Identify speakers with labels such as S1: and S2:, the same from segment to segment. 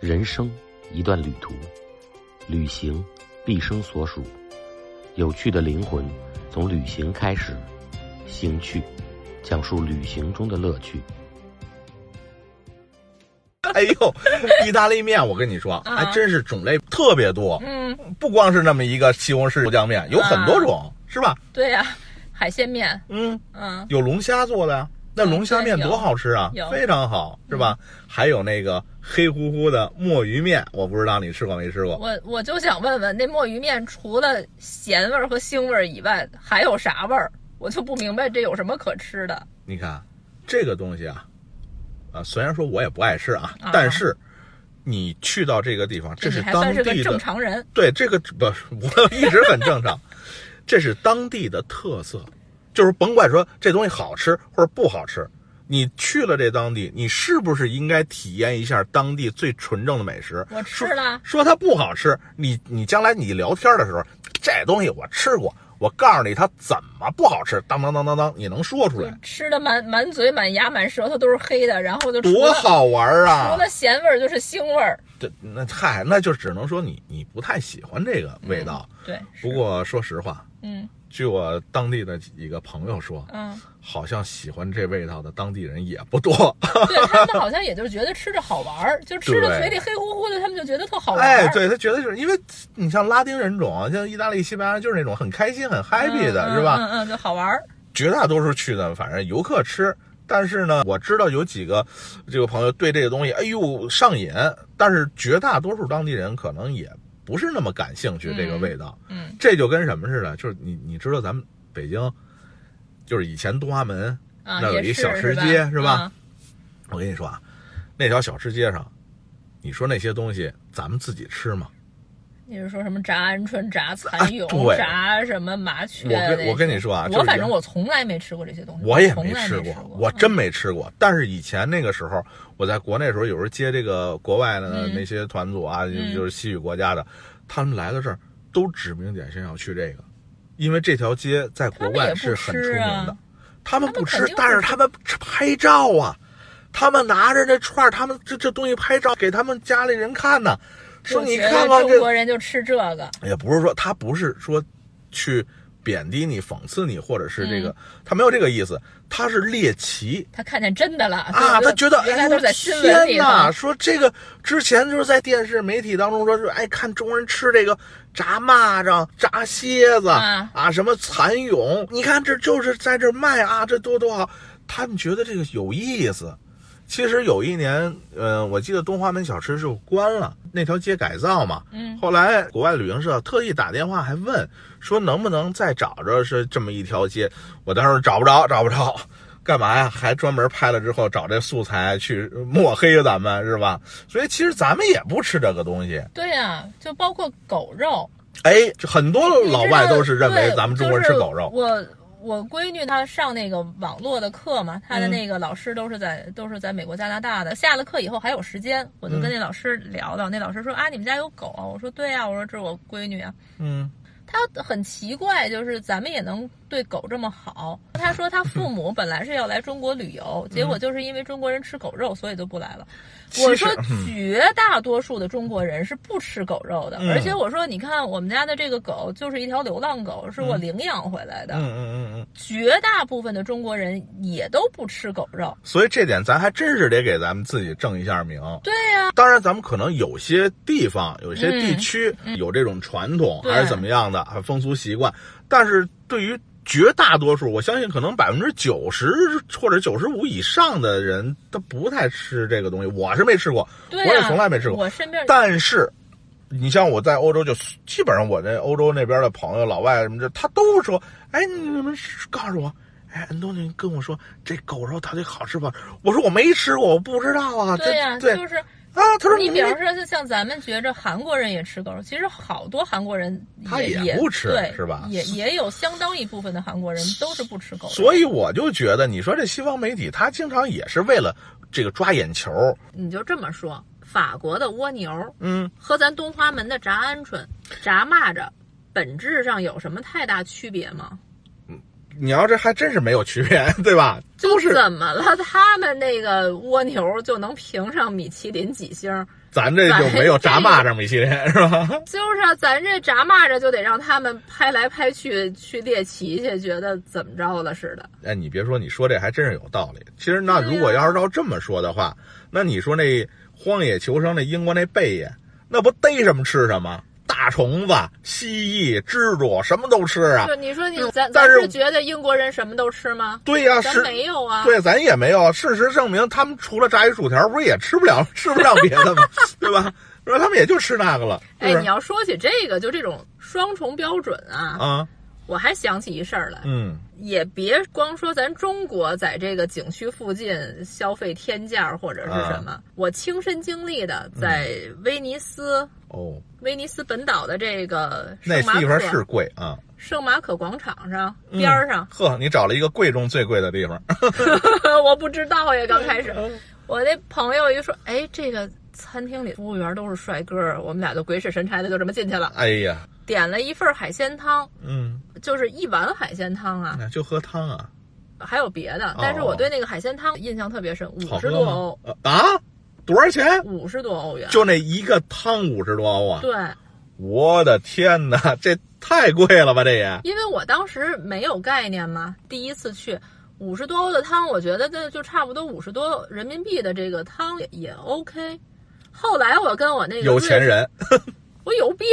S1: 人生一段旅途，旅行毕生所属。有趣的灵魂从旅行开始，兴趣讲述旅行中的乐趣。
S2: 哎呦，意大利面，我跟你说，还真是种类特别多，
S3: 嗯，
S2: 不光是那么一个西红柿肉酱面，有很多种，是吧？
S3: 对呀、海鲜面，
S2: 嗯，
S3: 嗯，
S2: 有龙虾做的呀，那
S3: 嗯
S2: 龙虾面
S3: 对有
S2: 多好吃啊
S3: 有，
S2: 非常好，是吧？还有那个黑乎乎的墨鱼面，我不知道你吃过没吃过。
S3: 我我就想问问，那墨鱼面除了咸味儿和腥味儿以外，还有啥味儿？我就不明白这有什么可吃的。
S2: 你看这个东西啊，啊，虽然说我也不爱吃啊
S3: 啊，
S2: 但是你去到这个地方，这
S3: 你
S2: 是
S3: 还
S2: 当
S3: 算
S2: 地
S3: 是
S2: 的
S3: 个正常人，
S2: 对，这个不是，我 一直很正常。这是当地的特色，就是甭管说这东西好吃或者不好吃，你去了这当地，你是不是应该体验一下当地最纯正的美食？
S3: 我吃了
S2: 说说它不好吃，你你将来你聊天的时候，这东西我吃过，我告诉你它怎么不好吃，当当当当当，你能说出
S3: 就
S2: 来，
S3: 吃的满满嘴、满牙、满舌头都是黑的，然后就除
S2: 多
S3: 了
S2: 好玩儿啊
S3: 除！了咸味儿就是腥味儿。
S2: 这那嗨，那就只能说你你不太喜欢这个味道。
S3: 对，
S2: 不
S3: 是
S2: 过说实话，
S3: 嗯
S2: 据我当地的几个朋友说，
S3: 嗯，
S2: 好像喜欢这味道的当地人也不多。
S3: 对他们好像也就觉得吃着好玩儿，就吃的
S2: 对
S3: 嘴里黑乎乎的，他们就觉得特好玩 儿。
S2: 哎，对他觉得就是因为你像拉丁人种啊，像意大利、西班牙就是那种很开心、很 happy 的，
S3: 嗯
S2: 是吧？
S3: 嗯嗯，就好玩儿。
S2: 绝大多数去呢，反正游客吃。但是呢，我知道有几个这个朋友对这个东西，哎呦上瘾。但是绝大多数当地人可能也不是那么感兴趣这个味道。
S3: 嗯
S2: 这就跟什么似的，就是你你知道咱们北京，就是以前东华门，
S3: 啊，
S2: 那有
S3: 也
S2: 一
S3: 是
S2: 小吃街
S3: 是
S2: 是吧？我跟你说啊，那条小吃街上，你说那些东西咱们自己吃吗？
S3: 嗯你是说什么炸鹌鹑、炸蚕蛹、
S2: 啊对
S3: 炸什么麻雀
S2: 我
S3: 那些？
S2: 跟我跟你说啊，就
S3: 我
S2: 是
S3: 反正我从来没吃过这些东西，
S2: 我也
S3: 从
S2: 没
S3: 来没
S2: 吃
S3: 过，
S2: 我真没吃过。但是以前那个时候，我在国内的时候，有时候接这个国外的
S3: 嗯
S2: 那些团组啊，就
S3: 嗯
S2: 就是西语国家的，他们来到这儿都指名点姓要去这个，因为这条街在国
S3: 他们
S2: 外
S3: 也不
S2: 是很出
S3: 吃
S2: 名
S3: 啊
S2: 的。他们
S3: 他们
S2: 不
S3: 肯
S2: 吃
S3: 定，不
S2: 但是
S3: 吃
S2: 他们拍照啊，他们拿着那串儿，他们这这东西拍照给他们家里人看呢，说
S3: 就
S2: 你
S3: 觉得
S2: 看看
S3: 中
S2: 这
S3: 国人就吃这个，
S2: 也不是说他不是说去贬低你、讽刺你，或者是这个、他没有这个意思，他是猎奇。
S3: 他看见真的了
S2: 啊，
S3: 就
S2: 他觉得
S3: 原来
S2: 哎
S3: 都
S2: 呦
S3: 是在新闻里
S2: 天哪，
S3: 头。
S2: 说这个之前就是在电视媒体当中说是哎，看中国人吃这个炸蚂蚱、炸蝎子
S3: 啊
S2: 什么蚕蛹，你看这就是在这儿卖啊，这多多好，他们觉得这个有意思。其实有一年，呃，我记得东华门小吃就关了，那条街改造嘛，
S3: 嗯
S2: 后来国外旅行社特意打电话还问说能不能再找着是这么一条街，我当时找不着，找不着，干嘛呀？还专门拍了之后找这素材去抹黑咱们是吧？所以其实咱们也不吃这个东西，
S3: 对呀、就包括狗肉，
S2: 哎，这很多老外都是认
S3: 你知
S2: 为
S3: 道
S2: 咱们中国人吃狗肉，
S3: 对就是我我闺女她上那个网络的课嘛，她
S2: 嗯
S3: 的那个老师都是在、都是在美国、加拿大的。下了课以后还有时间，我就跟
S2: 嗯
S3: 那老师聊聊。那老师说啊，你们家有狗啊？我说对啊，我说这是我闺女啊。
S2: 嗯，
S3: 他很奇怪，就是咱们也能对狗这么好。他说他父 母本来是要来中国旅游，结果就是因为中国人吃狗肉，所以就不来了。
S2: 其
S3: 我
S2: 实
S3: 说绝大多数的中国人是不吃狗肉的，
S2: 嗯
S3: 而且我说你看我们家的这个狗就是一条流浪狗，是我领养回来的。
S2: 嗯嗯嗯嗯，
S3: 绝大部分的中国人也都不吃狗肉。
S2: 所以这点咱还真是得给咱们自己正一下名。
S3: 对呀、
S2: 当然，咱们可能有些地方、有些地区、有这种传统，
S3: 嗯对
S2: 还是怎么样的，还风俗习惯。但是对于绝大多数，我相信可能百分之九十或者九十五以上的人，他不太吃这个东西。我是没吃过，
S3: 对呀、
S2: 我也从来没吃过。
S3: 我身边
S2: 但是，你像我在欧洲就，基本上我这欧洲那边的朋友、老外什么的，他都说：“哎，你们告诉我，哎，安东尼跟我说这狗肉到底好吃不好吃？”我说：“我没吃过，我不知道啊。这”
S3: 对呀、
S2: 对
S3: 就是。
S2: 啊，他说：“
S3: 你比方说，就像咱们觉着韩国人也吃狗肉，其实好多韩国人
S2: 他
S3: 也
S2: 也不吃
S3: 对
S2: 是吧
S3: 也也有相当一部分的韩国人都是不吃狗肉。
S2: 所以我就觉得，你说这西方媒体，他经常也是为了这个抓眼球，
S3: 你就这么说，法国的蜗牛
S2: 嗯，
S3: 和咱东华门的炸鹌鹑、炸蚂蚱，本质上有什么太大区别吗？
S2: 你要这还真是没有区别，对吧？都是
S3: 就怎么了？他们那个蜗牛就能评上米其林几星？
S2: 咱这就 没有炸蚂蚱米其林是吧？
S3: 就是啊咱这炸蚂蚱就得让他们拍来拍去去猎奇去，觉得怎么着了似的。
S2: 哎，你别说，你说这还真是有道理。其实那如果要是照这么说的话，那你说那《荒野求生》那英国那贝爷，那不逮什么吃什么，大虫子、蜥蜴、蜘蛛什么都吃啊。
S3: 就你说你
S2: 嗯
S3: 咱
S2: 但
S3: 咱
S2: 是
S3: 是觉得英国人什么都吃吗？
S2: 对呀、
S3: 咱
S2: 是，
S3: 没有啊。
S2: 对，咱也没有。事实证明，他们除了炸鱼薯条，不是也吃不了 吃不上别的吗？对吧？然后他们也就吃那个了，是
S3: 哎，
S2: 不
S3: 你
S2: 是？
S3: 要说起这个，就这种双重标准啊，
S2: 啊，
S3: 我还想起一事儿来，
S2: 嗯，
S3: 也别光说咱中国在这个景区附近消费天价儿或者是
S2: 啊
S3: 什么，我亲身经历的，
S2: 嗯
S3: 在威尼斯、
S2: 哦，
S3: 威尼斯本岛的这个
S2: 那
S3: 圣马
S2: 地方
S3: 可啊
S2: 是贵啊，
S3: 圣马可广场上
S2: 嗯，
S3: 边儿上
S2: 呵，你找了一个贵中最贵的地方，
S3: 我不知道呀，刚开
S2: 嗯
S3: 始我那朋友一说，哎，这个餐厅里服务员都是帅哥儿，我们俩就鬼使神差的就这么进去了，
S2: 哎呀，
S3: 点了一份海鲜汤，
S2: 嗯，
S3: 就是一碗海鲜汤啊，
S2: 那就喝汤啊，
S3: 还有别的
S2: 哦，
S3: 但是我对那个海鲜汤印象特别深，
S2: 好
S3: 五十
S2: 喝
S3: 多
S2: 吗
S3: 欧，？
S2: 呃啊，多少钱？
S3: 五十多欧元，
S2: 就那一个汤五十多欧啊！
S3: 对，
S2: 我的天哪，这太贵了吧？这也
S3: 因为我当时没有概念嘛，第一次去。五十多欧的汤，我觉得这就差不多五十多人民币的这个汤也也 OK。后来我跟我那个
S2: 有
S3: 瑞
S2: 钱人，
S3: 我有 病。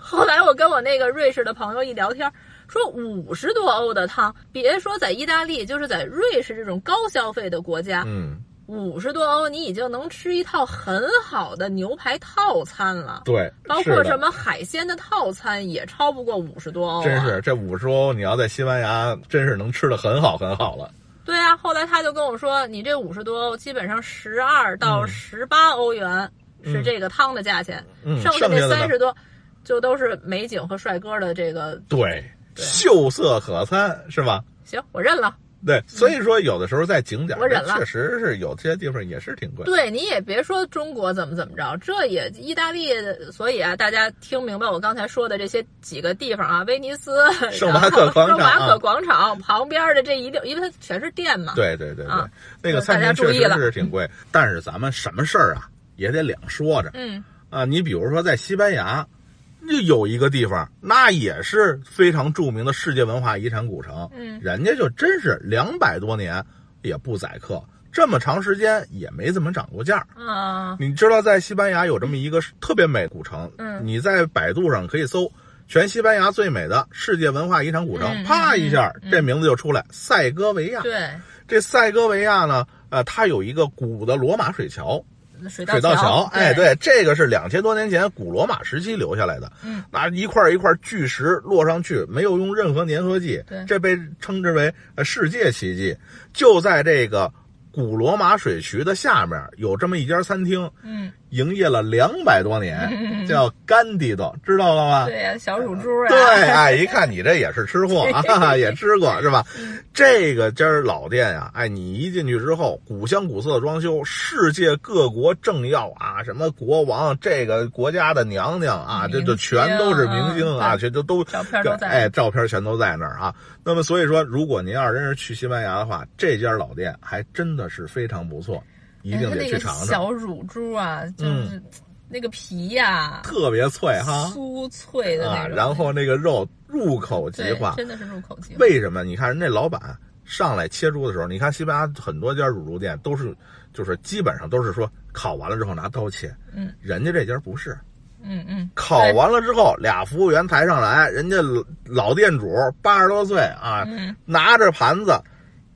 S3: 后来我跟我那个瑞士的朋友一聊天，说五十多欧的汤，别说在意大利，就是在瑞士这种高消费的国家，
S2: 嗯，
S3: 五十多欧你已经能吃一套很好的牛排套餐了。
S2: 对，
S3: 啊包
S2: 是
S3: 括
S2: 的
S3: 什么海鲜的套餐也超不过五十多欧、啊，
S2: 真是这五十欧，你要在西班牙，真是能吃的很好很好了。
S3: 对啊，后来他就跟我说，你这五十多欧，基本上十二到
S2: 嗯
S3: 十八欧元是
S2: 嗯
S3: 这个汤的价钱，
S2: 嗯，
S3: 剩
S2: 剩
S3: 下
S2: 下
S3: 那
S2: 的
S3: 三
S2: 呢？
S3: 十多，就都是美景和帅哥的这个。
S2: 对，
S3: 对
S2: 秀色可餐是吧？
S3: 行，我认了。
S2: 对，所以说有的时候在景点儿，
S3: 嗯我忍了
S2: 确实是有些地方也是挺贵。
S3: 对，你也别说中国怎么怎么着，这也意大利，所以啊，大家听明白我刚才说的这些几个地方啊，威尼斯、
S2: 圣马可广场
S3: 圣马
S2: 啊
S3: 可广场旁边的这一溜，因为它全是店嘛。
S2: 对对对对，
S3: 啊
S2: 那个餐
S3: 大
S2: 厅
S3: 家注
S2: 确
S3: 意
S2: 实
S3: 了
S2: 是挺贵，但是咱们什么事儿啊也得两说着
S3: 嗯，
S2: 啊。你比如说在西班牙，就有一个地方，那也是非常著名的世界文化遗产古城，
S3: 嗯
S2: 人家就真是两百多年也不宰客，这么长时间也没怎么涨过价儿。
S3: 啊，
S2: 你知道在西班牙有这么一个特别美的古城，
S3: 嗯
S2: 你在百度上可以搜“全西班牙最美的世界文化遗产古城”，
S3: 嗯
S2: 啪一下、
S3: 嗯嗯
S2: 这名字就出来，塞戈维亚。
S3: 对，
S2: 这塞戈维亚呢，呃，它有一个古的罗马水桥，
S3: 水
S2: 水
S3: 道
S2: 道桥，哎，
S3: 对，
S2: 对，这个是两千多年前古罗马时期留下来的，
S3: 嗯，
S2: 那一块一块巨石摞上去，没有用任何粘合剂
S3: 对，
S2: 这被称之为呃世界奇迹。就在这个古罗马水渠的下面，有这么一家餐厅，
S3: 嗯，
S2: 营业了两百多 年，叫甘地道，知道了吗？
S3: 对呀、小乳猪啊，
S2: 对，哎，一看你这也是吃货 啊，也吃过是吧？这个家儿老店呀、哎，你一进去之后，古香古色的装修，世界各国政要啊，什么国王，这个国家的娘娘啊，这就
S3: 明星啊
S2: 全都是明星啊，
S3: 对
S2: 这就都。
S3: 照片都在。
S2: 哎，照片全都在那儿啊。那么，所以说，如果您要是真是去西班牙的话，这家老店还真的是非常不错，一定
S3: 哎它
S2: 得
S3: 那
S2: 去
S3: 个
S2: 尝尝，
S3: 小乳猪啊，就是那个皮呀、
S2: 特别脆哎哈
S3: 酥脆的那
S2: 啊。
S3: 种。
S2: 然后那个肉入口即
S3: 对
S2: 化，
S3: 真的是入口即化。
S2: 为什么？你看人家老板上来切猪的时候，你看西班牙很多家乳猪店都是，就是基本上都是说烤完了之后拿刀切，
S3: 嗯
S2: 人家这家不是，
S3: 嗯嗯，
S2: 烤完了之后俩服务员抬上来，人家老老店主八十多岁啊，
S3: 嗯，
S2: 拿着盘子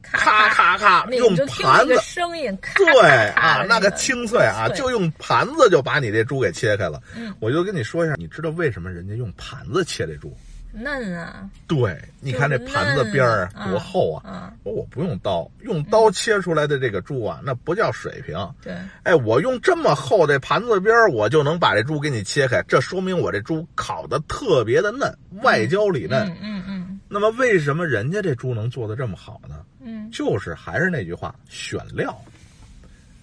S2: 咔咔
S3: 咔，
S2: 咔
S3: 那
S2: 用
S3: 你就听
S2: 盘
S3: 那
S2: 子
S3: 个。声音，咔
S2: 对
S3: 咔咔
S2: 啊
S3: 的，
S2: 那个
S3: 个
S2: 清脆啊，
S3: 脆
S2: 就用盘子就把你这猪给切开了
S3: 嗯。
S2: 我就跟你说一下，你知道为什么人家用盘子切这猪？
S3: 嫩啊，
S2: 对，你看这盘子边儿啊
S3: 嗯
S2: 多厚啊，
S3: 啊，
S2: 我不用刀，用刀切出来的这个猪啊，那不叫水平。
S3: 对，
S2: 哎，我用这么厚的盘子边儿，我就能把这猪给你切开，这说明我这猪烤的特别的嫩，外焦里嫩。
S3: 嗯嗯嗯
S2: 那么为什么人家这猪能做的这么好呢？
S3: 嗯，
S2: 就是还是那句话，选料，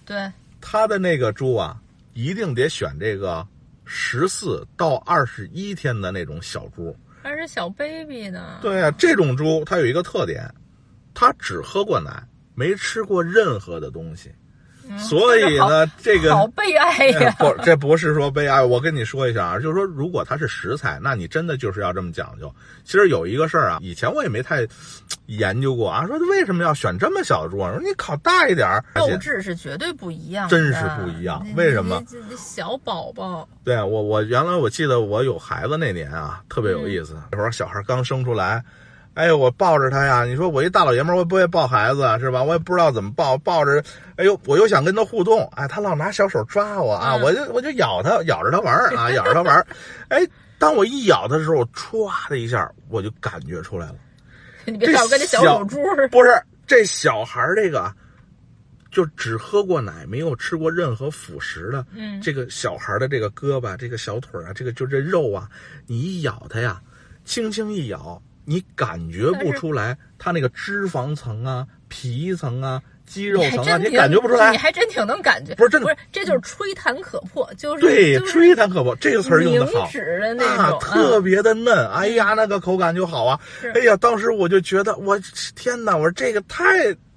S3: 对，
S2: 它的那个猪啊，一定得选这个十四到二十一天的那种小猪。
S3: 还是小 baby 呢。
S2: 对啊，这种猪它有一个特点，它只喝过奶，没吃过任何的东西，
S3: 嗯
S2: 所以呢，这个哎
S3: 好悲啊哀呀。
S2: 不，这不是说悲哀。我跟你说一下啊，就是说，如果它是食材，那你真的就是要这么讲究。其实有一个事儿啊，以前我也没太研究过啊，说为什么要选这么小的猪啊？说你烤大一点儿，而
S3: 肉
S2: 且
S3: 质是绝对不一样的，
S2: 真是不一样
S3: 你
S2: 为什么？
S3: 你你你小宝宝，
S2: 对啊我，我原来我记得我有孩子那年啊，特别有意思。那会儿小孩刚生出来，哎呦，我抱着他呀，你说我一大老爷们儿，我也不会抱孩子啊是吧？我也不知道怎么抱，抱着，哎呦，我又想跟他互动，哎，他老拿小手抓我啊，
S3: 嗯
S2: 我就我就咬他，咬着他玩儿啊，咬着他玩儿。 哎，当我一咬他的时候，我歘的一下，我就感觉出来了，
S3: 你别让我跟那小
S2: 小
S3: 乳猪似的。
S2: 不是这小孩儿这个啊，就只喝过奶，没有吃过任何辅食的，
S3: 嗯，
S2: 这个小孩的这个胳膊、这个小腿儿啊，这个就这肉啊，你一咬它呀，轻轻一咬，你感觉不出来它那个脂肪层啊、皮层啊、肌肉
S3: 你还
S2: 层啊，
S3: 真
S2: 你
S3: 挺
S2: 感觉不出
S3: 你
S2: 来。
S3: 还真挺能感觉。
S2: 不是真的
S3: 不是，这就是吹弹可破，就是
S2: 对，
S3: 就是
S2: 吹弹可不，这个词儿用的
S3: 凝
S2: 好。
S3: 脂的那
S2: 啊
S3: 种，，
S2: 特
S3: 嗯
S2: 别的嫩，哎呀，那个口感就好啊
S3: 是！
S2: 哎呀，当时我就觉得，我天哪，我说这个太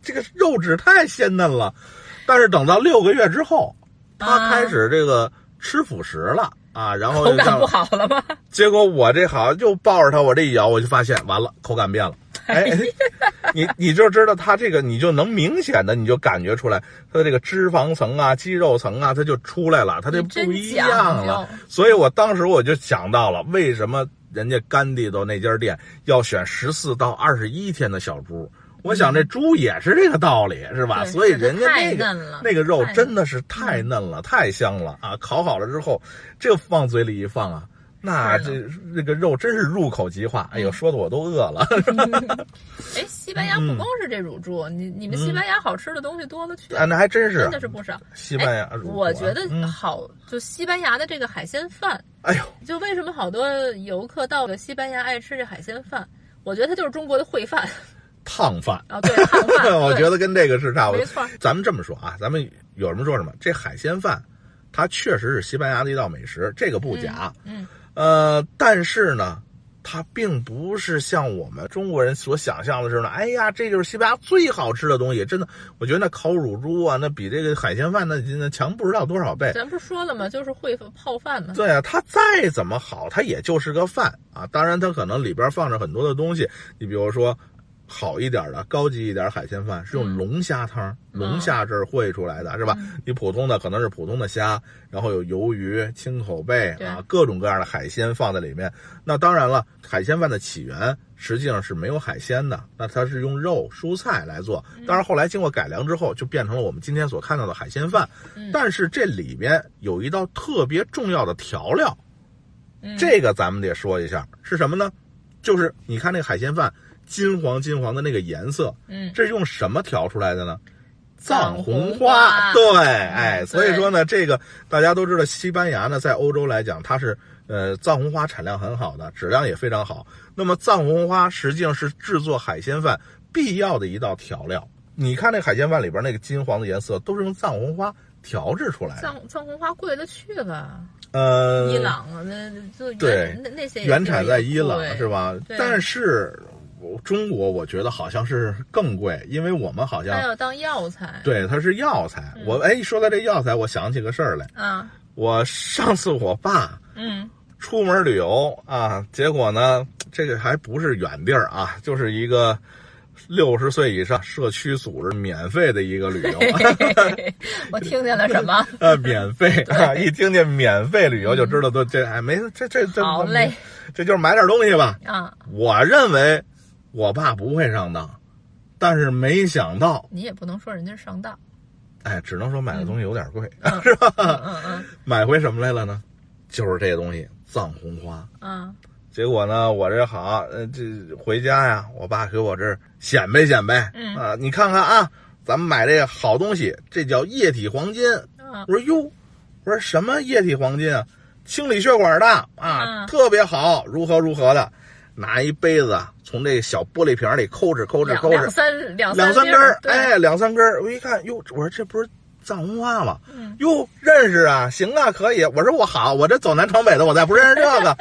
S2: 这个肉质太鲜嫩了。但是等到六个月之后，他
S3: 啊
S2: 开始这个吃辅食了啊，然后
S3: 口
S2: 就
S3: 感
S2: 像
S3: 不好了吗？
S2: 结果我这好像又抱着它，我这一咬，我就发现完了，口感变 了。哎，你你就知道它这个，你就能明显的，你就感觉出来它的这个脂肪层啊、肌肉层啊，它就出来了，它就
S3: 你真
S2: 不一
S3: 讲
S2: 样
S3: 究
S2: 了。所以我当时我就想到了，为什么人家甘地的那家店要选十四到二十一天的小猪？我想这猪也是这个道理，是吧？
S3: 对
S2: 所以
S3: 是的
S2: 人家
S3: 太
S2: 那个
S3: 嫩了嗯
S2: 那个肉
S3: 太嫩
S2: 真的是太嫩了，太香了啊！烤好了之后，这放嘴里一放啊，那
S3: 是嗯
S2: 这这个肉真是入口即化。哎呦，说的我都饿了。
S3: 哎，西班牙不
S2: 嗯
S3: 光是这乳猪，你你们西班牙好吃的东西多了去
S2: 啊，
S3: 了，
S2: 那还真是
S3: 真的是不少。
S2: 西班牙
S3: 哎
S2: 乳猪啊。
S3: 我觉得
S2: 嗯
S3: 好，就西班牙的这个海鲜饭，
S2: 哎呦，
S3: 就为什么好多游客到了西班牙爱吃这海鲜饭？我觉得它就是中国的烩饭
S2: 烫饭，
S3: 啊，对， 汉饭。
S2: 我
S3: 对
S2: 觉得跟这个是差不多。
S3: 没错，
S2: 咱们这么说啊，咱们有什么说什么。这海鲜饭，它确实是西班牙的一道美食，这个不假。
S3: 嗯，
S2: 呃，但是呢，它并不是像我们中国人所想象的似的。哎呀，这就是西班牙最好吃的东西，真的，我觉得那烤乳猪啊，那比这个海鲜饭那那强不知道多少倍。
S3: 咱不是说了吗？就是烩饭泡饭嘛。
S2: 对啊，它再怎么好，它也就是个饭啊。当然，它可能里边放着很多的东西，你比如说。好一点的、高级一点海鲜饭是用
S3: 嗯
S2: 龙虾汤、龙虾汁儿烩出来的，是吧？
S3: 嗯
S2: 你普通的可能是普通的虾，然后有鱿鱼、青口贝
S3: 对
S2: 啊，各种各样的海鲜放在里面。那当然了，海鲜饭的起源实际上是没有海鲜的，那它是用肉、蔬菜来做。
S3: 嗯
S2: 当然，后来经过改良之后，就变成了我们今天所看到的海鲜饭。
S3: 嗯
S2: 但是这里边有一道特别重要的调料，
S3: 嗯
S2: 这个咱们得说一下是什么呢？就是你看那个海鲜饭金黄金黄的那个颜色，
S3: 嗯，
S2: 这是用什么调出来的呢？
S3: 藏
S2: 藏
S3: 红
S2: 红
S3: 花
S2: 对，哎，
S3: 嗯
S2: 所以说呢，这个大家都知道，西班牙呢，在欧洲来讲，它是呃藏红花产量很好的，质量也非常好。那么藏红花实际上是制作海鲜饭必要的一道调料。你看那海鲜饭里边那个金黄的颜色，都是用藏红花调制出来的。
S3: 藏藏红花贵了去了，
S2: 呃，
S3: 伊朗啊，那那就原
S2: 对
S3: 那那些也
S2: 原产在伊朗
S3: 贵
S2: 是？吧？
S3: 对
S2: 但是我中国我觉得好像是更贵，因为我们好像
S3: 它要当药材。
S2: 对，它是药材。
S3: 嗯
S2: 我哎，说到这药材，我想起个事儿来。
S3: 啊，
S2: 我上次我爸
S3: 嗯
S2: 出门旅游啊，结果呢，这个还不是远地儿啊，就是一个六十岁以上社区组织免费的一个旅 游，
S3: 我听见了什 么？
S2: 呃，免费啊！一听见免费旅游就知道都这哎没这这这
S3: 好嘞，
S2: 这就是买点东西吧。
S3: 啊，
S2: 我认为我爸不会上当，但是没想到，
S3: 你也不能说人家上当。
S2: 哎，只能说买的东西有点贵。
S3: 嗯嗯嗯
S2: 买回什么来了呢？就是这东西藏红花。
S3: 嗯啊，
S2: 结果呢，我这好，呃，这回家呀，我爸给我这儿显摆显摆，
S3: 嗯
S2: 啊，你看看啊，咱们买这个好东西，这叫液体黄金。
S3: 啊
S2: 我说哟，我说什么液体黄金啊？清理血管的啊，
S3: 嗯
S2: 特别好，如何如何的，拿一杯子啊从这小玻璃瓶里抠哧抠哧
S3: 两
S2: 抠
S3: 两
S2: 哧，
S3: 三两
S2: 两
S3: 三
S2: 三根儿，
S3: 对，
S2: 哎，两三根儿，我一看，哟，我说这不是藏红花吗？
S3: 嗯
S2: 哟，认识啊，行啊，可以。我说我好，我这走南闯北的，我再不认识这个。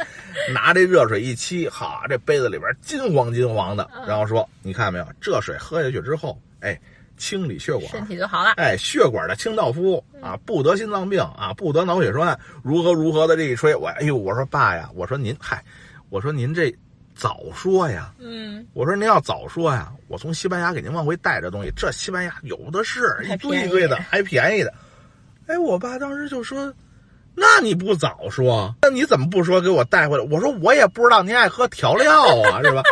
S2: 拿这热水一沏，好，这杯子里边金黄金黄的
S3: 嗯。
S2: 然后说，你看没有，这水喝下去之后，哎，清理血管，
S3: 身体就好了。
S2: 哎，血管的清道夫啊，不得心脏病啊，不得脑血栓，如何如何的这一吹，我哎呦，我说爸呀，我说您嗨，我说您这早说呀，
S3: 嗯，
S2: 我说您要早说呀，我从西班牙给您往回带这东西，这西班牙有的是一
S3: 还
S2: 堆
S3: 便
S2: 一
S3: 宜
S2: 堆的，还便宜的。哎，我爸当时就说：“那你不早说，那你怎么不说给我带回来？”我说：“我也不知道您爱喝调料啊，是吧？”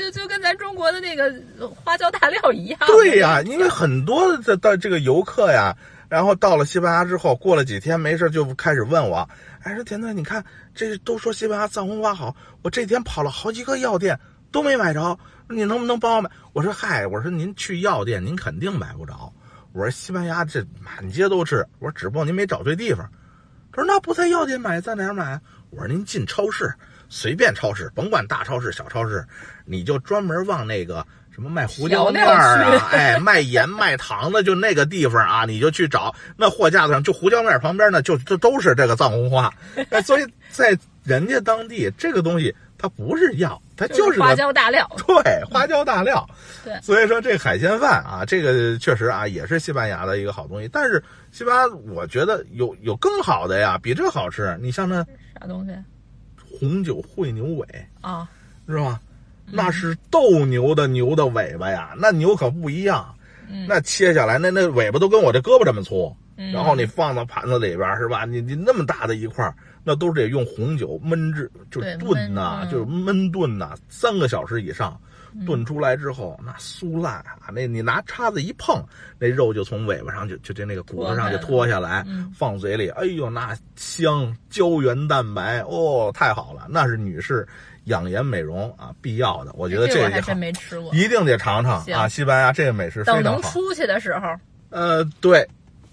S3: 就就跟咱中国的那个花椒大料一样。
S2: 对呀、因为很多的的这个游客呀，然后到了西班牙之后，过了几天没事就开始问我，哎，说田队，你看这都说西班牙藏红花好，我这几天跑了好几个药店都没买着，你能不能帮我买？我说嗨，我说您去药店您肯定买不着，我说西班牙这满街都是，我说只不过您没找对地方。他说那不在药店买，在哪儿买？我说您进超市，随便超市，甭管大超市小超市，你就专门往那个什么卖胡椒面儿
S3: 调料
S2: 啊，哎，卖盐卖糖的，就那个地方啊，你就去找。那货架子上就胡椒面旁边呢，就这都是这个藏红花。哎所以在人家当地，这个东西它不是药，它
S3: 就是花
S2: 个
S3: 椒大 料。
S2: 对，花椒大料。
S3: 对
S2: 所以说这海鲜饭啊，这个确实啊，也是西班牙的一个好东西。但是西班牙，我觉得有有更好的呀，比这好吃。你像那
S3: 啥东西
S2: 红酒烩牛尾，
S3: 啊？
S2: 是吧？那是斗牛的牛的尾巴呀，那牛可不一样，
S3: 嗯
S2: 那切下来那那尾巴都跟我这胳膊这么粗，
S3: 嗯
S2: 然后你放到盘子里边儿是吧？你你那么大的一块儿，那都是得用红酒焖制，就是
S3: 对
S2: 炖呐、
S3: 焖嗯嗯
S2: 就是焖炖呐、三个小时以上，炖出来之后那酥烂啊，那你拿叉子一碰，那肉就从尾巴上就就这那个骨头上就脱
S3: 脱
S2: 下来，
S3: 嗯
S2: 放嘴里，哎呦那香，胶原蛋白哦，太好了，那是女士养颜美容啊必要的，我觉得
S3: 这
S2: 这
S3: 我
S2: 个
S3: 还
S2: 也好
S3: 真。没吃过。
S2: 一定得尝尝
S3: 行
S2: 啊！西班牙这个美食
S3: 等
S2: 非
S3: 能
S2: 常好。
S3: 出去的时候，
S2: 呃，对，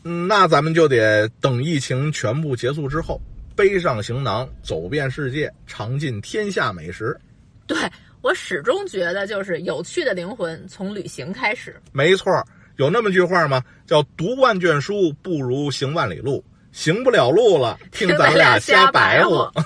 S2: 嗯那咱们就得等疫情全部结束之后，背上行囊，走遍世界，尝尽天下美食。
S3: 对我始终觉得就是有趣的灵魂从旅行开始。
S2: 没错儿，有那么句话吗？叫“读万卷书不如行万里路”。行不了路了，听咱俩瞎白
S3: 听咱俩瞎白
S2: 活。